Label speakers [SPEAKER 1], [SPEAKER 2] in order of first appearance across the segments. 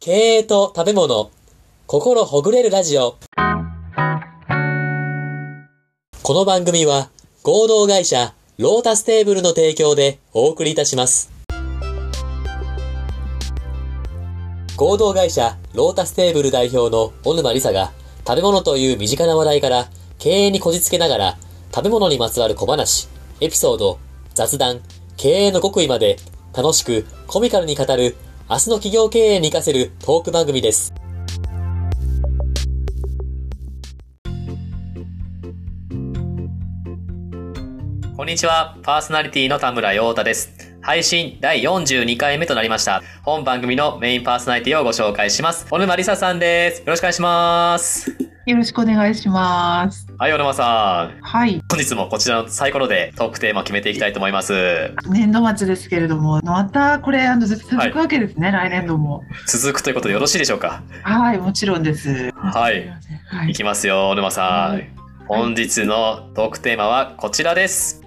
[SPEAKER 1] 経営と食べ物、心ほぐれるラジオ。この番組は、合同会社、ロータステーブルの提供でお送りいたします。合同会社、ロータステーブル代表の小沼理沙が、食べ物という身近な話題から、経営にこじつけながら、食べ物にまつわる小話、エピソード、雑談、経営の極意まで、楽しく、コミカルに語る、明日の企業経営に活かせるトーク番組です。こんにちは。パーソナリティの田村陽太です。配信第42回目となりました。本番組のメインパーソナリティをご紹介します。小沼理沙さんです。よろしくお願いします。
[SPEAKER 2] よろしくお願いします。
[SPEAKER 1] はい、小沼さん。
[SPEAKER 2] はい、
[SPEAKER 1] 本日もこちらのサイコロでトークテーマ決めていきたいと思います。
[SPEAKER 2] 年度末ですけれども、またこれあのずっ
[SPEAKER 1] は
[SPEAKER 2] と続
[SPEAKER 1] い
[SPEAKER 2] くわけですね、来年度も。
[SPEAKER 1] 続くということでよろしいでしょうか
[SPEAKER 2] はい、もちろんです。
[SPEAKER 1] はい
[SPEAKER 2] すません。はい
[SPEAKER 1] いきますよ、小沼さ
[SPEAKER 2] は
[SPEAKER 1] ん
[SPEAKER 2] い。
[SPEAKER 1] 本日のトークテーマはこちらです。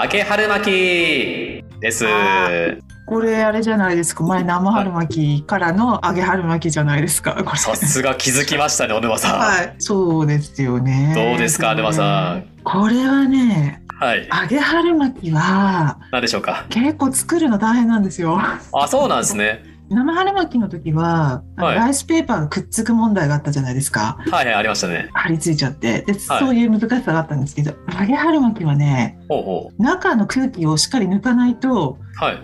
[SPEAKER 1] 揚げ春巻きです。
[SPEAKER 2] あこれあれじゃないですか、前生春巻きからの揚げ春巻きじゃないですか。これ
[SPEAKER 1] さすが気づきましたね、小沼さん。
[SPEAKER 2] はい、そうですよね。
[SPEAKER 1] どうですか沼さん。
[SPEAKER 2] これはね、
[SPEAKER 1] はい。
[SPEAKER 2] 揚げ春巻きは
[SPEAKER 1] なんでしょうか。
[SPEAKER 2] 結構作るの大変なんですよ。
[SPEAKER 1] あ、そうなんですね。
[SPEAKER 2] 生春巻きの時は、あの
[SPEAKER 1] はい
[SPEAKER 2] ライスペーパーがくっつく問題があったじゃないですか。
[SPEAKER 1] はいはい、ありましたね。
[SPEAKER 2] 張り付いちゃってで、そういう難しさがあったんですけど揚げ春巻きはね
[SPEAKER 1] ほうほ
[SPEAKER 2] 中の空気をしっかり抜かないと
[SPEAKER 1] う。はい。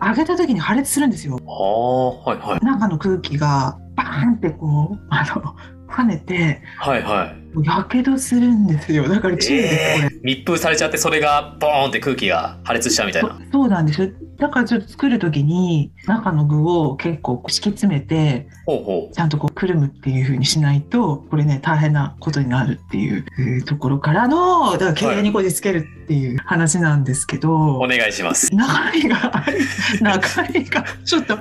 [SPEAKER 1] あ
[SPEAKER 2] 揚げた時に破裂するんですよ
[SPEAKER 1] あ、はいはい。
[SPEAKER 2] 中の空気がバーンってこうあの跳ねて
[SPEAKER 1] はいはい。
[SPEAKER 2] やけどするんですよだから注意です、
[SPEAKER 1] えー密封されちゃって、それがボーンって空気が破裂しちゃうみたい
[SPEAKER 2] こ
[SPEAKER 1] な。
[SPEAKER 2] れそうなんですよだからちょっと作る時に中の具を結構敷き詰めて
[SPEAKER 1] ほうほ
[SPEAKER 2] ちゃんとこうくるむっていう風にしないとこれね大変なことになるっていうえーところからのだから経営にこじつけるっていう話なんですけど。
[SPEAKER 1] う。お願いします。
[SPEAKER 2] 中身が、中身が、ちょっと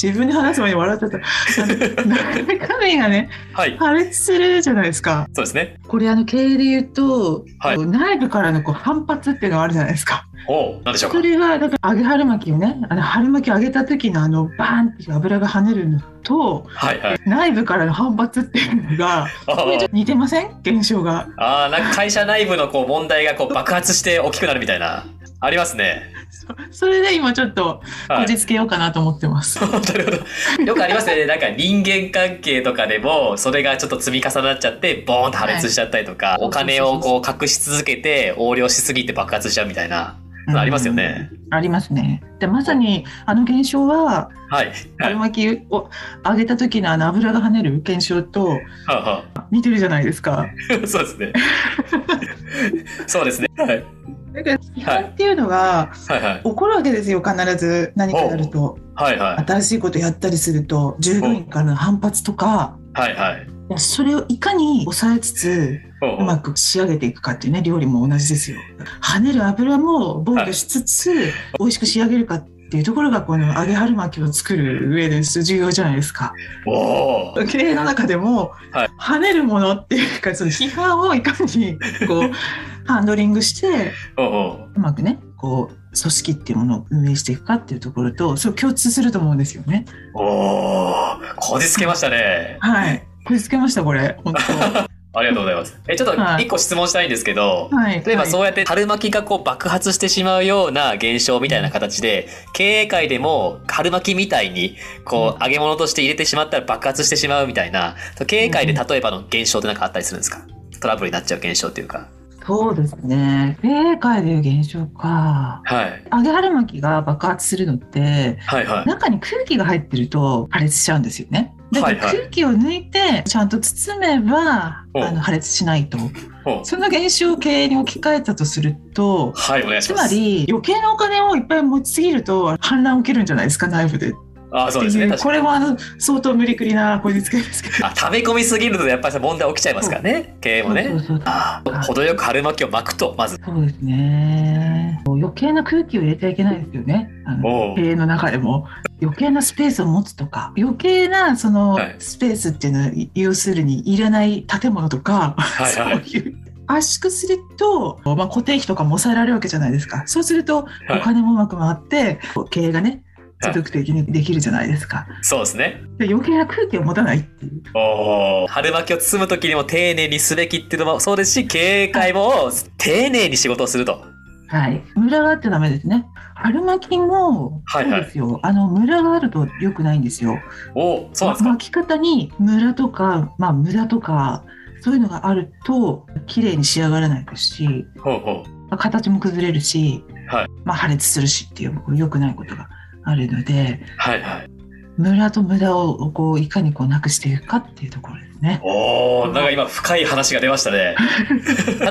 [SPEAKER 2] 自分で話す前に笑っちゃった。あの中身がね、
[SPEAKER 1] はい。
[SPEAKER 2] 破裂するじゃないですか。
[SPEAKER 1] そうですね。
[SPEAKER 2] これあの経営で言うと、
[SPEAKER 1] はい
[SPEAKER 2] 内部からのこう反発っていうのがあるじゃないですか。
[SPEAKER 1] おう、なんでしょうか
[SPEAKER 2] そ。れはだから揚げ春巻きをね、あの春巻きを揚げた時のあのバーンって油が跳ねるのと、
[SPEAKER 1] はいはい。
[SPEAKER 2] 内部からの反発っていうのが、これちょっと似てません現象が。
[SPEAKER 1] ああ、なんか会社内部のこう問題がこう爆発して大きくなるみたいな。ありますね。
[SPEAKER 2] そそれで今ちょっと
[SPEAKER 1] は
[SPEAKER 2] こ
[SPEAKER 1] い。
[SPEAKER 2] じつけようかなと思ってま す。
[SPEAKER 1] なるほど。よくありますよね。なんか人間関係とかでも、それがちょっと積み重なっちゃって、ボーンと破裂しちゃったりとか、
[SPEAKER 2] い
[SPEAKER 1] お金をこう隠し続けて、横領しすぎて爆発しちゃうみたいな。
[SPEAKER 2] うん
[SPEAKER 1] ありますよね。
[SPEAKER 2] ありますね。でまさにあの現象は
[SPEAKER 1] はい。 はい。
[SPEAKER 2] 春
[SPEAKER 1] は
[SPEAKER 2] 巻きを揚げた時のあの油が跳ねる現象と
[SPEAKER 1] あは
[SPEAKER 2] 似てるじゃないですか。
[SPEAKER 1] あそうですね。 そうですね。はい。
[SPEAKER 2] だから批判っていうのが
[SPEAKER 1] はいはい。
[SPEAKER 2] 起こるわけですよ必ず何かやると
[SPEAKER 1] はいはい。
[SPEAKER 2] 新しいことやったりすると従業員からの反発とか
[SPEAKER 1] はいはい。
[SPEAKER 2] それをいかに抑えつつ
[SPEAKER 1] おう
[SPEAKER 2] うまく仕上げていくかっていうね料理も同じですよ。跳ねる油も防御しつつ美味しく仕上げるかっていうところがこの揚げ春巻きを作る上です重要じゃないですか。
[SPEAKER 1] おう
[SPEAKER 2] 経営の中でも、
[SPEAKER 1] はい
[SPEAKER 2] 跳ねるものっていうかその批判をいかにこ うハンドリングして
[SPEAKER 1] おうおう
[SPEAKER 2] うまくねこう組織っていうものを運営していくかっていうところとそれ共通すると思うんですよね。
[SPEAKER 1] おうこじつけましたね。
[SPEAKER 2] はいこれつけましたこれ本当
[SPEAKER 1] ありがとうございます。え、ちょっと
[SPEAKER 2] はい
[SPEAKER 1] 一個質問したいんですけど、
[SPEAKER 2] はい
[SPEAKER 1] 例えば
[SPEAKER 2] はい
[SPEAKER 1] そうやって春巻きがこう爆発してしまうような現象みたいな形で、経営界でも春巻きみたいに、こう揚げ物として入れてしまったら爆発してしまうみたいな、経営界で例えばの現象ってなんかあったりするんですかトラブルになっちゃう現象っていうか。
[SPEAKER 2] そうですね経営界でいう現象か
[SPEAKER 1] はい。
[SPEAKER 2] 揚げ春巻きが爆発するのって
[SPEAKER 1] はいはい。
[SPEAKER 2] 中に空気が入ってると破裂しちゃうんですよね。だから
[SPEAKER 1] はいはい
[SPEAKER 2] 空気を抜いてちゃんと包めば、
[SPEAKER 1] お
[SPEAKER 2] あの破裂しないと
[SPEAKER 1] ほう
[SPEAKER 2] その現象を経営に置き換えたとすると、
[SPEAKER 1] はい、お願いし
[SPEAKER 2] つ
[SPEAKER 1] ま。
[SPEAKER 2] ますり余計なお金をいっぱい持ちすぎると反乱起きるんじゃないですか、内部で。
[SPEAKER 1] あ、そうですね。
[SPEAKER 2] っていう
[SPEAKER 1] 確か
[SPEAKER 2] こ
[SPEAKER 1] に。
[SPEAKER 2] れもあの相当無理くりなこじつけですけど。
[SPEAKER 1] あ、食べ込みすぎるとやっぱりさ問題起きちゃいますからね。経営も
[SPEAKER 2] そう
[SPEAKER 1] ね。
[SPEAKER 2] そうそう
[SPEAKER 1] あー程よく春巻きを巻くと、まず。
[SPEAKER 2] そうですね。余計な空気を入れちゃいけないですよね。あ
[SPEAKER 1] おう
[SPEAKER 2] の経営の中でも余計なスペースを持つとか、余計なその
[SPEAKER 1] はい
[SPEAKER 2] スペースっていうのは要するにいらない建物とか、
[SPEAKER 1] はいはい
[SPEAKER 2] そういう圧縮すると、まあ固定費とかも抑えられるわけじゃないですか。そうすると
[SPEAKER 1] はい
[SPEAKER 2] お金もうまく回って、経営がね。持続的にできるじゃないですか。
[SPEAKER 1] そうですね。
[SPEAKER 2] で余計な空気を持たないっていう。
[SPEAKER 1] おお。春巻きを包む時にも丁寧にすべきっていうのもそうですし、警戒も丁寧に仕事をすると。
[SPEAKER 2] はい。ムラがあってダメですね。春巻きも、
[SPEAKER 1] はいはい
[SPEAKER 2] そうですよ。あの、ムラがあると良くないんですよ。
[SPEAKER 1] おお、そうなんですか。
[SPEAKER 2] 巻き方にムラとか、まあ、無駄とか、そういうのがあると、綺麗に仕上がらないですし、
[SPEAKER 1] ほうほ
[SPEAKER 2] まあ形も崩れるし、
[SPEAKER 1] はい
[SPEAKER 2] まあ、破裂するしっていう、こう良くないことがあるので、
[SPEAKER 1] う。はいはい。
[SPEAKER 2] ムラと無駄を、こう、いかにこう、なくしていくかっていうところですね。
[SPEAKER 1] おお、なんか今深い話が出ましたね。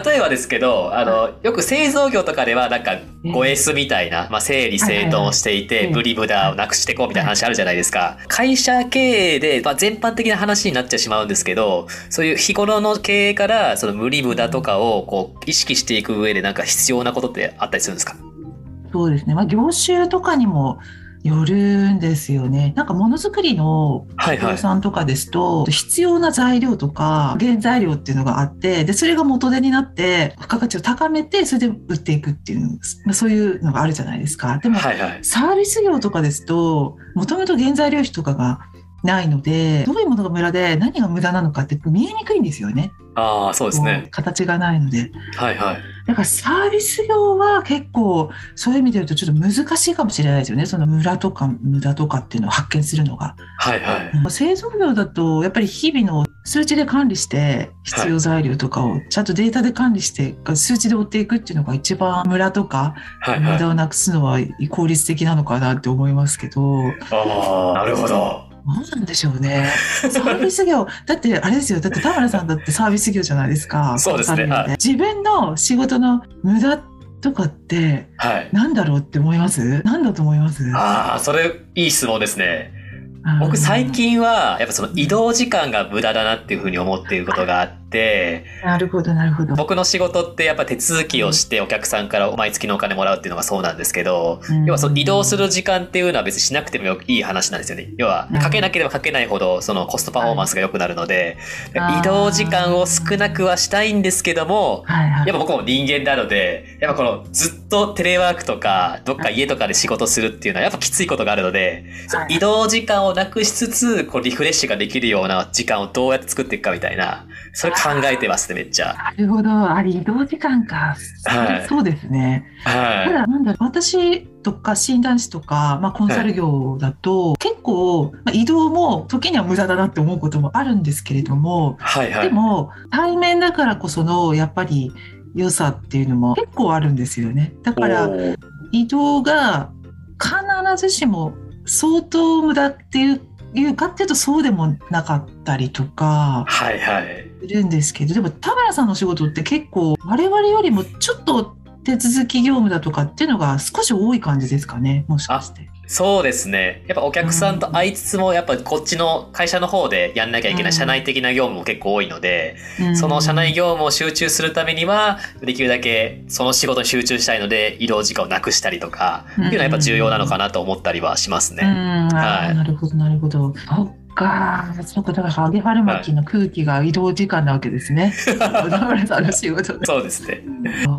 [SPEAKER 1] 例えばですけど、あの、よく製造業とかではなんか、ゴエスみたいな、まあ、整理整頓をしてい
[SPEAKER 2] はい
[SPEAKER 1] て、
[SPEAKER 2] はい
[SPEAKER 1] ブリブダをなくしていこうみたいな話あるじゃないですか。会社経営で、まあ、全般的な話になっちゃしまうんですけど、そういう日頃の経営から、その無理無駄とかを、こう、意識していく上でなんか必要なことってあったりするんですか
[SPEAKER 2] そうですね。まあ、業種とかにもよるんですよね。なんかものづくりの
[SPEAKER 1] はいはい
[SPEAKER 2] 企業さんとかですと、必要な材料とか原材料っていうのがあって、で、それが元手になって、付加価値を高めて、それで売っていくっていう、まあそういうのがあるじゃないですか。でも、
[SPEAKER 1] はいはい。
[SPEAKER 2] サービス業とかですと、もともと原材料費とかがないので、どういうものが無駄で何が無駄なのかって見えにくいんですよね。
[SPEAKER 1] ああ、そうです
[SPEAKER 2] こう
[SPEAKER 1] ね。
[SPEAKER 2] 形がないので。
[SPEAKER 1] はいはい。
[SPEAKER 2] だからサービス業は結構そういう意味で言うとちょっと難しいかもしれないですよね。そのムラとか無駄とかっていうのを発見するのが。
[SPEAKER 1] はいはい。
[SPEAKER 2] うん製造業だとやっぱり日々の数値で管理して必要材料とかをちゃんとデータで管理して数値で追っていくっていうのが一番ムラとか
[SPEAKER 1] はいは
[SPEAKER 2] 無
[SPEAKER 1] い。
[SPEAKER 2] 駄をなくすのは効率的なのかなって思いますけ ど。
[SPEAKER 1] ああ、なるほど。
[SPEAKER 2] どうなんでしょうね。サービス業、だってあれですよ、だって田村さんだってサービス業じゃないですか。
[SPEAKER 1] そうですね
[SPEAKER 2] コンサルなん自分の仕事の無駄とかって、
[SPEAKER 1] はい。
[SPEAKER 2] なんだろうって思いますなんだと思います
[SPEAKER 1] ああ、それ、いい質問ですね。僕最。
[SPEAKER 2] うん
[SPEAKER 1] 近は、やっぱその移動時間が無駄だなっていうふうに思っていることがあって、
[SPEAKER 2] なるほど、なるほど。
[SPEAKER 1] 僕の仕事ってやっぱ手続きをしてお客さんから毎月のお金もらうっていうのがそうなんですけど、
[SPEAKER 2] うん
[SPEAKER 1] 要はその移動する時間っていうのは別にしなくてもよいい話なんですよね。要は
[SPEAKER 2] うん
[SPEAKER 1] かけなければかけないほどそのコストパフォーマンスが良くなるので、
[SPEAKER 2] はい
[SPEAKER 1] 移動時間を少なくはしたいんですけども、
[SPEAKER 2] はいはい。
[SPEAKER 1] やっぱ僕も人間なので、やっぱこのずっとテレワークとか、どっか家とかで仕事するっていうのはやっぱきついことがあるので、その移動時間をなくしつつ、こうリフレッシュができるような時間をどうやって作っていくかみたいな、それ考えてますね、めっちゃ。
[SPEAKER 2] なるほど。あれ、移動時間か。
[SPEAKER 1] はい
[SPEAKER 2] そうですね。た
[SPEAKER 1] は
[SPEAKER 2] だ、なんだろう、私とか診断士とか、まあ、コンサル業だと、結構、まあ、移動も時には無駄だなって思うこともあるんですけれども
[SPEAKER 1] い。、はいは
[SPEAKER 2] で
[SPEAKER 1] い。
[SPEAKER 2] も対面だからこそのやっぱり良さっていうのも結構あるんですよね。だから
[SPEAKER 1] おー
[SPEAKER 2] 移動が必ずしも相当無駄っていういうかっていうとそうでもなかったりとか
[SPEAKER 1] はいはい。
[SPEAKER 2] するんですけどでも田村さんの仕事って結構我々よりもちょっと手続き業務だとかっていうのが少し多い感じですかねもしかして。
[SPEAKER 1] そうですね。やっぱお客さんと会いつつも、やっぱこっちの会社の方でやんなきゃいけな
[SPEAKER 2] う
[SPEAKER 1] い
[SPEAKER 2] ん
[SPEAKER 1] 社内的な業務も結構多いので、
[SPEAKER 2] うん
[SPEAKER 1] その社内業務を集中するためには、できるだけその仕事に集中したいので、移動時間をなくしたりとか、っていうのはやっぱ重要なのかなと思ったりはします
[SPEAKER 2] うん
[SPEAKER 1] ね。
[SPEAKER 2] あ
[SPEAKER 1] は
[SPEAKER 2] ー
[SPEAKER 1] い
[SPEAKER 2] なるほどなるほど。そっか、そっかだから揚げ春巻きの空気が移動時間なわけですね。 田村さんの仕事で。
[SPEAKER 1] そうですね。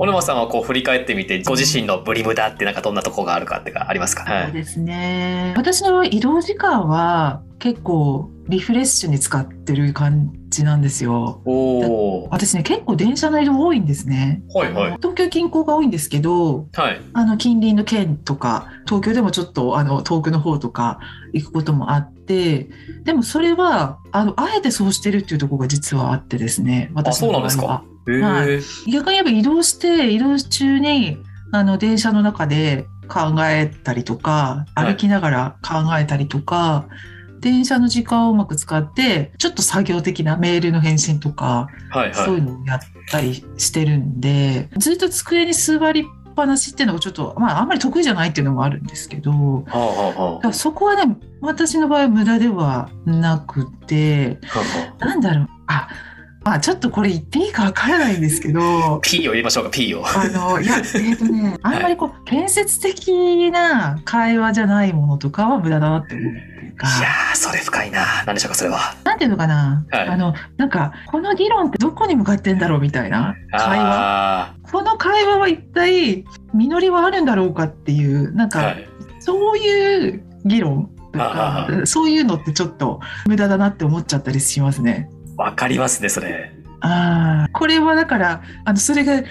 [SPEAKER 1] 小沼さんはこう振り返ってみて、ご自身のブリムダってなんかどんなとこがあるかってかありますかは
[SPEAKER 2] そう
[SPEAKER 1] い。
[SPEAKER 2] ですね。私の移動時間は結構リフレッシュに使ってる感じなんですよ。
[SPEAKER 1] おー。
[SPEAKER 2] 私ね結構電車の移動多いんですね。
[SPEAKER 1] はいはい。
[SPEAKER 2] 東京近郊が多いんですけど、
[SPEAKER 1] はい。
[SPEAKER 2] あの近隣の県とか東京でもちょっとあの遠くの方とか行くこともあってでもそれはあのあえてそうしてるっていうところが実はあってですね私の場合は
[SPEAKER 1] あそうなんえ
[SPEAKER 2] は
[SPEAKER 1] ー。
[SPEAKER 2] 逆にやっぱ移動して移動中にあの電車の中で考えたりとか
[SPEAKER 1] はい
[SPEAKER 2] 歩きながら考えたりとか、電車の時間をうまく使ってちょっと作業的なメールの返信とか
[SPEAKER 1] はいは
[SPEAKER 2] そういうのをやったりしてるんで、ずっと机に座りっぱなしっていうのがちょっと、まあ、あんまり得意じゃないっていうのもあるんですけど、
[SPEAKER 1] い。はあはあは
[SPEAKER 2] だからそこはね、私の場合は無駄ではなくて、
[SPEAKER 1] あ。はあはあ、
[SPEAKER 2] なんだろう、あ、まあちょっとこれ言っていいかわからないんですけど
[SPEAKER 1] P を入れましょうか、P を。
[SPEAKER 2] あの、いや、えっ、とね、あんまりこう、建設的な会話じゃないものとかは無駄だなって思うっていうか。
[SPEAKER 1] いやー、それ深いな。何でしょうか、それは。
[SPEAKER 2] なんていうのかな、
[SPEAKER 1] はい
[SPEAKER 2] あのなんかこの議論ってどこに向かってんだろうみたいな会話
[SPEAKER 1] あ
[SPEAKER 2] この会話は一体実りはあるんだろうかっていうなん
[SPEAKER 1] ーは
[SPEAKER 2] か
[SPEAKER 1] い。
[SPEAKER 2] そういう議論とか
[SPEAKER 1] あー
[SPEAKER 2] そういうのってちょっと無駄だなって思っちゃったりしますね。
[SPEAKER 1] わかりますね、それ。
[SPEAKER 2] ああこれはだからあのそれが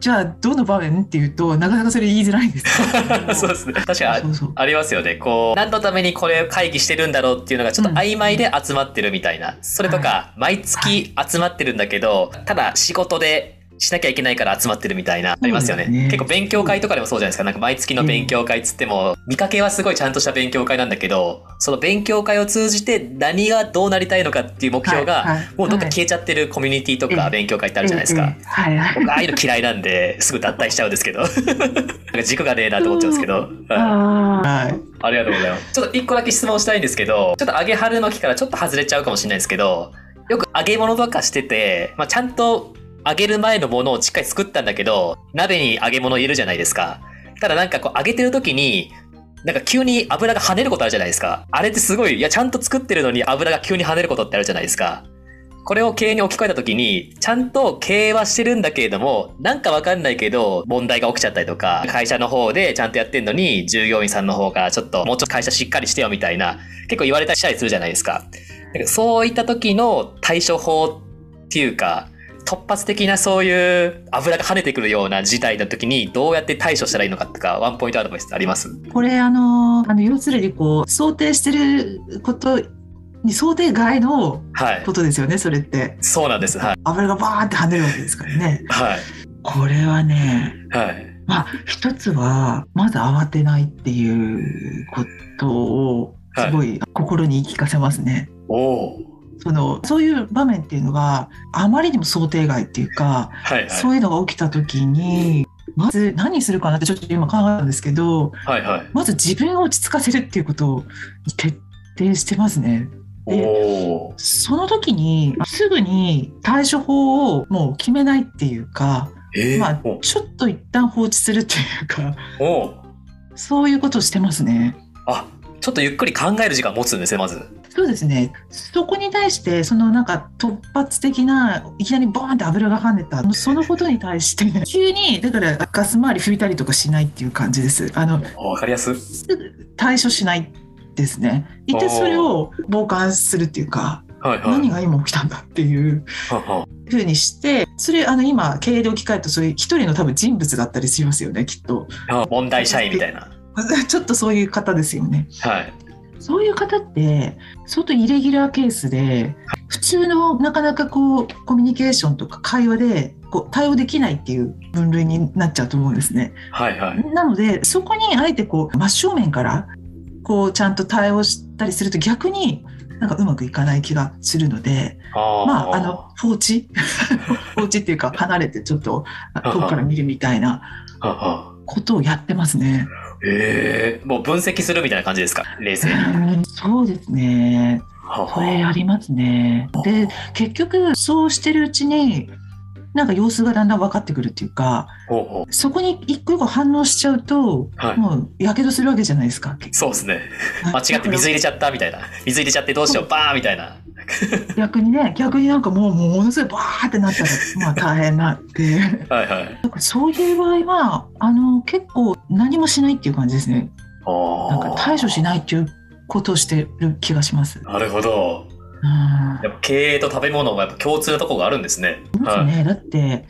[SPEAKER 2] じゃあどの場面っていうとなかなかそれ言いづらいんです
[SPEAKER 1] そうですね。確か
[SPEAKER 2] そ
[SPEAKER 1] に
[SPEAKER 2] うそう
[SPEAKER 1] ありますよね。こう、何のためにこれを会議してるんだろうっていうのがちょっと曖昧で集まってるみたいな。それとか、毎月集まってるんだけど、ただ仕事で、しなきゃいけないから集まってるみたいな、ありますよね
[SPEAKER 2] そうですね
[SPEAKER 1] 結構勉強会とかでもそうじゃないですか。なんか毎月の勉強会っつっても、見かけはすごいちゃんとした勉強会なんだけど、その勉強会を通じて何がどうなりたいのかっていう目標が、
[SPEAKER 2] はいはい
[SPEAKER 1] もうどっか消えちゃってるコミュニティと
[SPEAKER 2] は
[SPEAKER 1] か
[SPEAKER 2] い
[SPEAKER 1] 勉強会ってあるじゃないですか。
[SPEAKER 2] ええはいはい
[SPEAKER 1] 僕ああいうの嫌いなんですぐ脱退しちゃうんですけどなんか軸がねえなと思っちゃうんですけど、はい
[SPEAKER 2] はい
[SPEAKER 1] ありがとうございますちょっと一個だけ質問したいんですけどちょっと揚げ春巻きからちょっと外れちゃうかもしれないですけどよく揚げ物ばっかしてて、まあ、ちゃんと揚げる前のものをしっかり作ったんだけど鍋に揚げ物入れるじゃないですかただなんかこう揚げてる時になんか急に油が跳ねることあるじゃないですかあれってすごいいやちゃんと作ってるのに油が急に跳ねることってあるじゃないですかこれを経営に置き換えた時にちゃんと経営はしてるんだけれどもなんかわかんないけど問題が起きちゃったりとか会社の方でちゃんとやってんのに従業員さんの方がちょっともうちょっと会社しっかりしてよみたいな結構言われたりしたりするじゃないですかだからそういった時の対処法っていうか突発的なそういう油が跳ねてくるような事態の時にどうやって対処したらいいのかとかワンポイントアドバイスってあります
[SPEAKER 2] これあのあの要するにこう想定してることに想定外の
[SPEAKER 1] はい
[SPEAKER 2] ことですよねそれって
[SPEAKER 1] そうなんですはい
[SPEAKER 2] 油がバーンって跳ねるわけですからね
[SPEAKER 1] はい
[SPEAKER 2] これはね
[SPEAKER 1] はい
[SPEAKER 2] まあ一つはまず慌てないっていうことをすごい心に言い聞かせますね、
[SPEAKER 1] おお
[SPEAKER 2] そのそういう場面っていうのがあまりにも想定外っていうか
[SPEAKER 1] はいはい
[SPEAKER 2] そういうのが起きた時にまず何するかなってちょっと今考えたんですけど
[SPEAKER 1] はいはい
[SPEAKER 2] まず自分を落ち着かせるっていうことを徹底してますね。
[SPEAKER 1] おお
[SPEAKER 2] その時にすぐに対処法をもう決めないっていうか、
[SPEAKER 1] えー
[SPEAKER 2] まあ
[SPEAKER 1] お
[SPEAKER 2] ちょっと一旦放置するっていうか、
[SPEAKER 1] おう
[SPEAKER 2] そういうことをしてますね。
[SPEAKER 1] あちょっとゆっくり考える時間持つんですねまず
[SPEAKER 2] そうですね。そこに対してそのなんか突発的ないきなりボーンって油が跳ねたそのことに対して急にだからガス周り拭いたりとかしないっていう感じです。あの
[SPEAKER 1] わかりやす
[SPEAKER 2] 対処しないですね。一旦それを傍観するっていうか。
[SPEAKER 1] はいはい
[SPEAKER 2] 何が今起きたんだっていう
[SPEAKER 1] はは
[SPEAKER 2] ふうにしてそれあの今経営で置き換えるとそういう一人の多分人物だったりしますよねきっと
[SPEAKER 1] あ問題社員みたいな
[SPEAKER 2] ちょっとそういう方ですよね
[SPEAKER 1] はい
[SPEAKER 2] そういう方って相当イレギュラーケースで普通のなかなかこうコミュニケーションとか会話でこう対応できないっていう分類になっちゃうと思うんですね
[SPEAKER 1] はいはい
[SPEAKER 2] なのでそこにあえてこう真正面からこうちゃんと対応したりすると逆になんかうまくいかない気がするので
[SPEAKER 1] あー
[SPEAKER 2] まあ、あの放置 放置っ ていうか離れてちょっと
[SPEAKER 1] は
[SPEAKER 2] 遠くから見るみたいな
[SPEAKER 1] はは
[SPEAKER 2] ことをやってますね。
[SPEAKER 1] ええもう分析するみたいな感じですか冷静には
[SPEAKER 2] うんそうですね
[SPEAKER 1] は
[SPEAKER 2] これやりますね。で結局そうしてるうちになんか様子がだんだん分かってくるっていうか
[SPEAKER 1] ほうほう
[SPEAKER 2] そこに一個一個反応しちゃうと
[SPEAKER 1] はい
[SPEAKER 2] もうやけどするわけじゃないですか。
[SPEAKER 1] そうですね間違って水入れちゃったみたいな水入れちゃってどうしようバーンみたいな
[SPEAKER 2] 逆にね逆になんかもうもうものすごいバーって なったらまあ大変なっていう。
[SPEAKER 1] はいはい
[SPEAKER 2] だからそういう場合はあの結構何もしないっていう感じですね。
[SPEAKER 1] あ
[SPEAKER 2] なんか対処し
[SPEAKER 1] い
[SPEAKER 2] ないっていうことをしてる気がします。うん
[SPEAKER 1] なるほどやっぱ経営と食べ物がやっぱ共通なとこがあるんですね
[SPEAKER 2] まずね、だって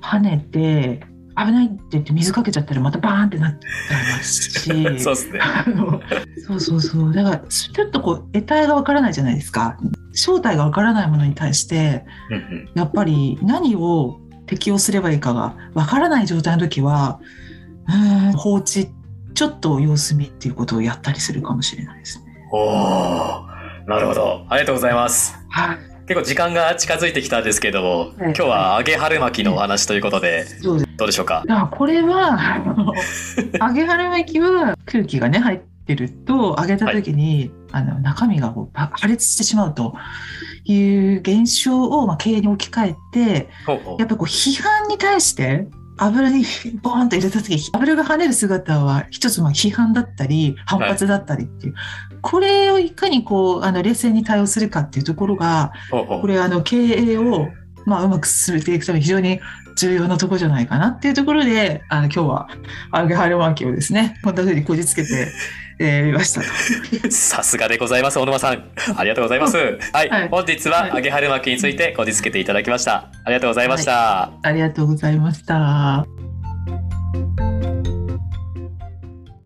[SPEAKER 2] 跳ねて危ないって言って水かけちゃったらまたバーンってなっちゃいます
[SPEAKER 1] はい、
[SPEAKER 2] し
[SPEAKER 1] そうですね
[SPEAKER 2] あのそうそうそうだからちょっとこう得体がわからないじゃないですか正体がわからないものに対して
[SPEAKER 1] うんうん
[SPEAKER 2] やっぱり何を適用すればいいかがわからない状態の時はうーん放置ちょっと様子見っていうことをやったりするかもしれないですね。
[SPEAKER 1] おーなるほどありがとうございます
[SPEAKER 2] はい、
[SPEAKER 1] 結構時間が近づいてきたんですけれども、
[SPEAKER 2] はい
[SPEAKER 1] 今日は揚げ春巻きのお話ということで、
[SPEAKER 2] そうです
[SPEAKER 1] どうでしょうか
[SPEAKER 2] だからこれはあ の揚げ春巻きは空気がね入ってると揚げた時に、あの中身がこうば破裂してしまうという現象を、まあ、経営に置き換えて
[SPEAKER 1] ほうほ
[SPEAKER 2] やっぱりこう批判に対して油にボーンと入れた時油が跳ねる姿は一つまあ批判だったり反発だったりっていう、これをいかにこうあの冷静に対応するかっていうところが
[SPEAKER 1] うほう
[SPEAKER 2] これあの経営を、まあ、うまく進めていくために非常に重要なところじゃないかなっていうところであの今日は揚げ春巻きをですねこんな風にこじつけてえー見ましたと。
[SPEAKER 1] さすがでございます、小沼さん。ありがとうございます。はい、
[SPEAKER 2] はい
[SPEAKER 1] 本日
[SPEAKER 2] はい
[SPEAKER 1] は揚げ春巻きについてこじつけていただきました。ありがとうございました。
[SPEAKER 2] ありがとうございました。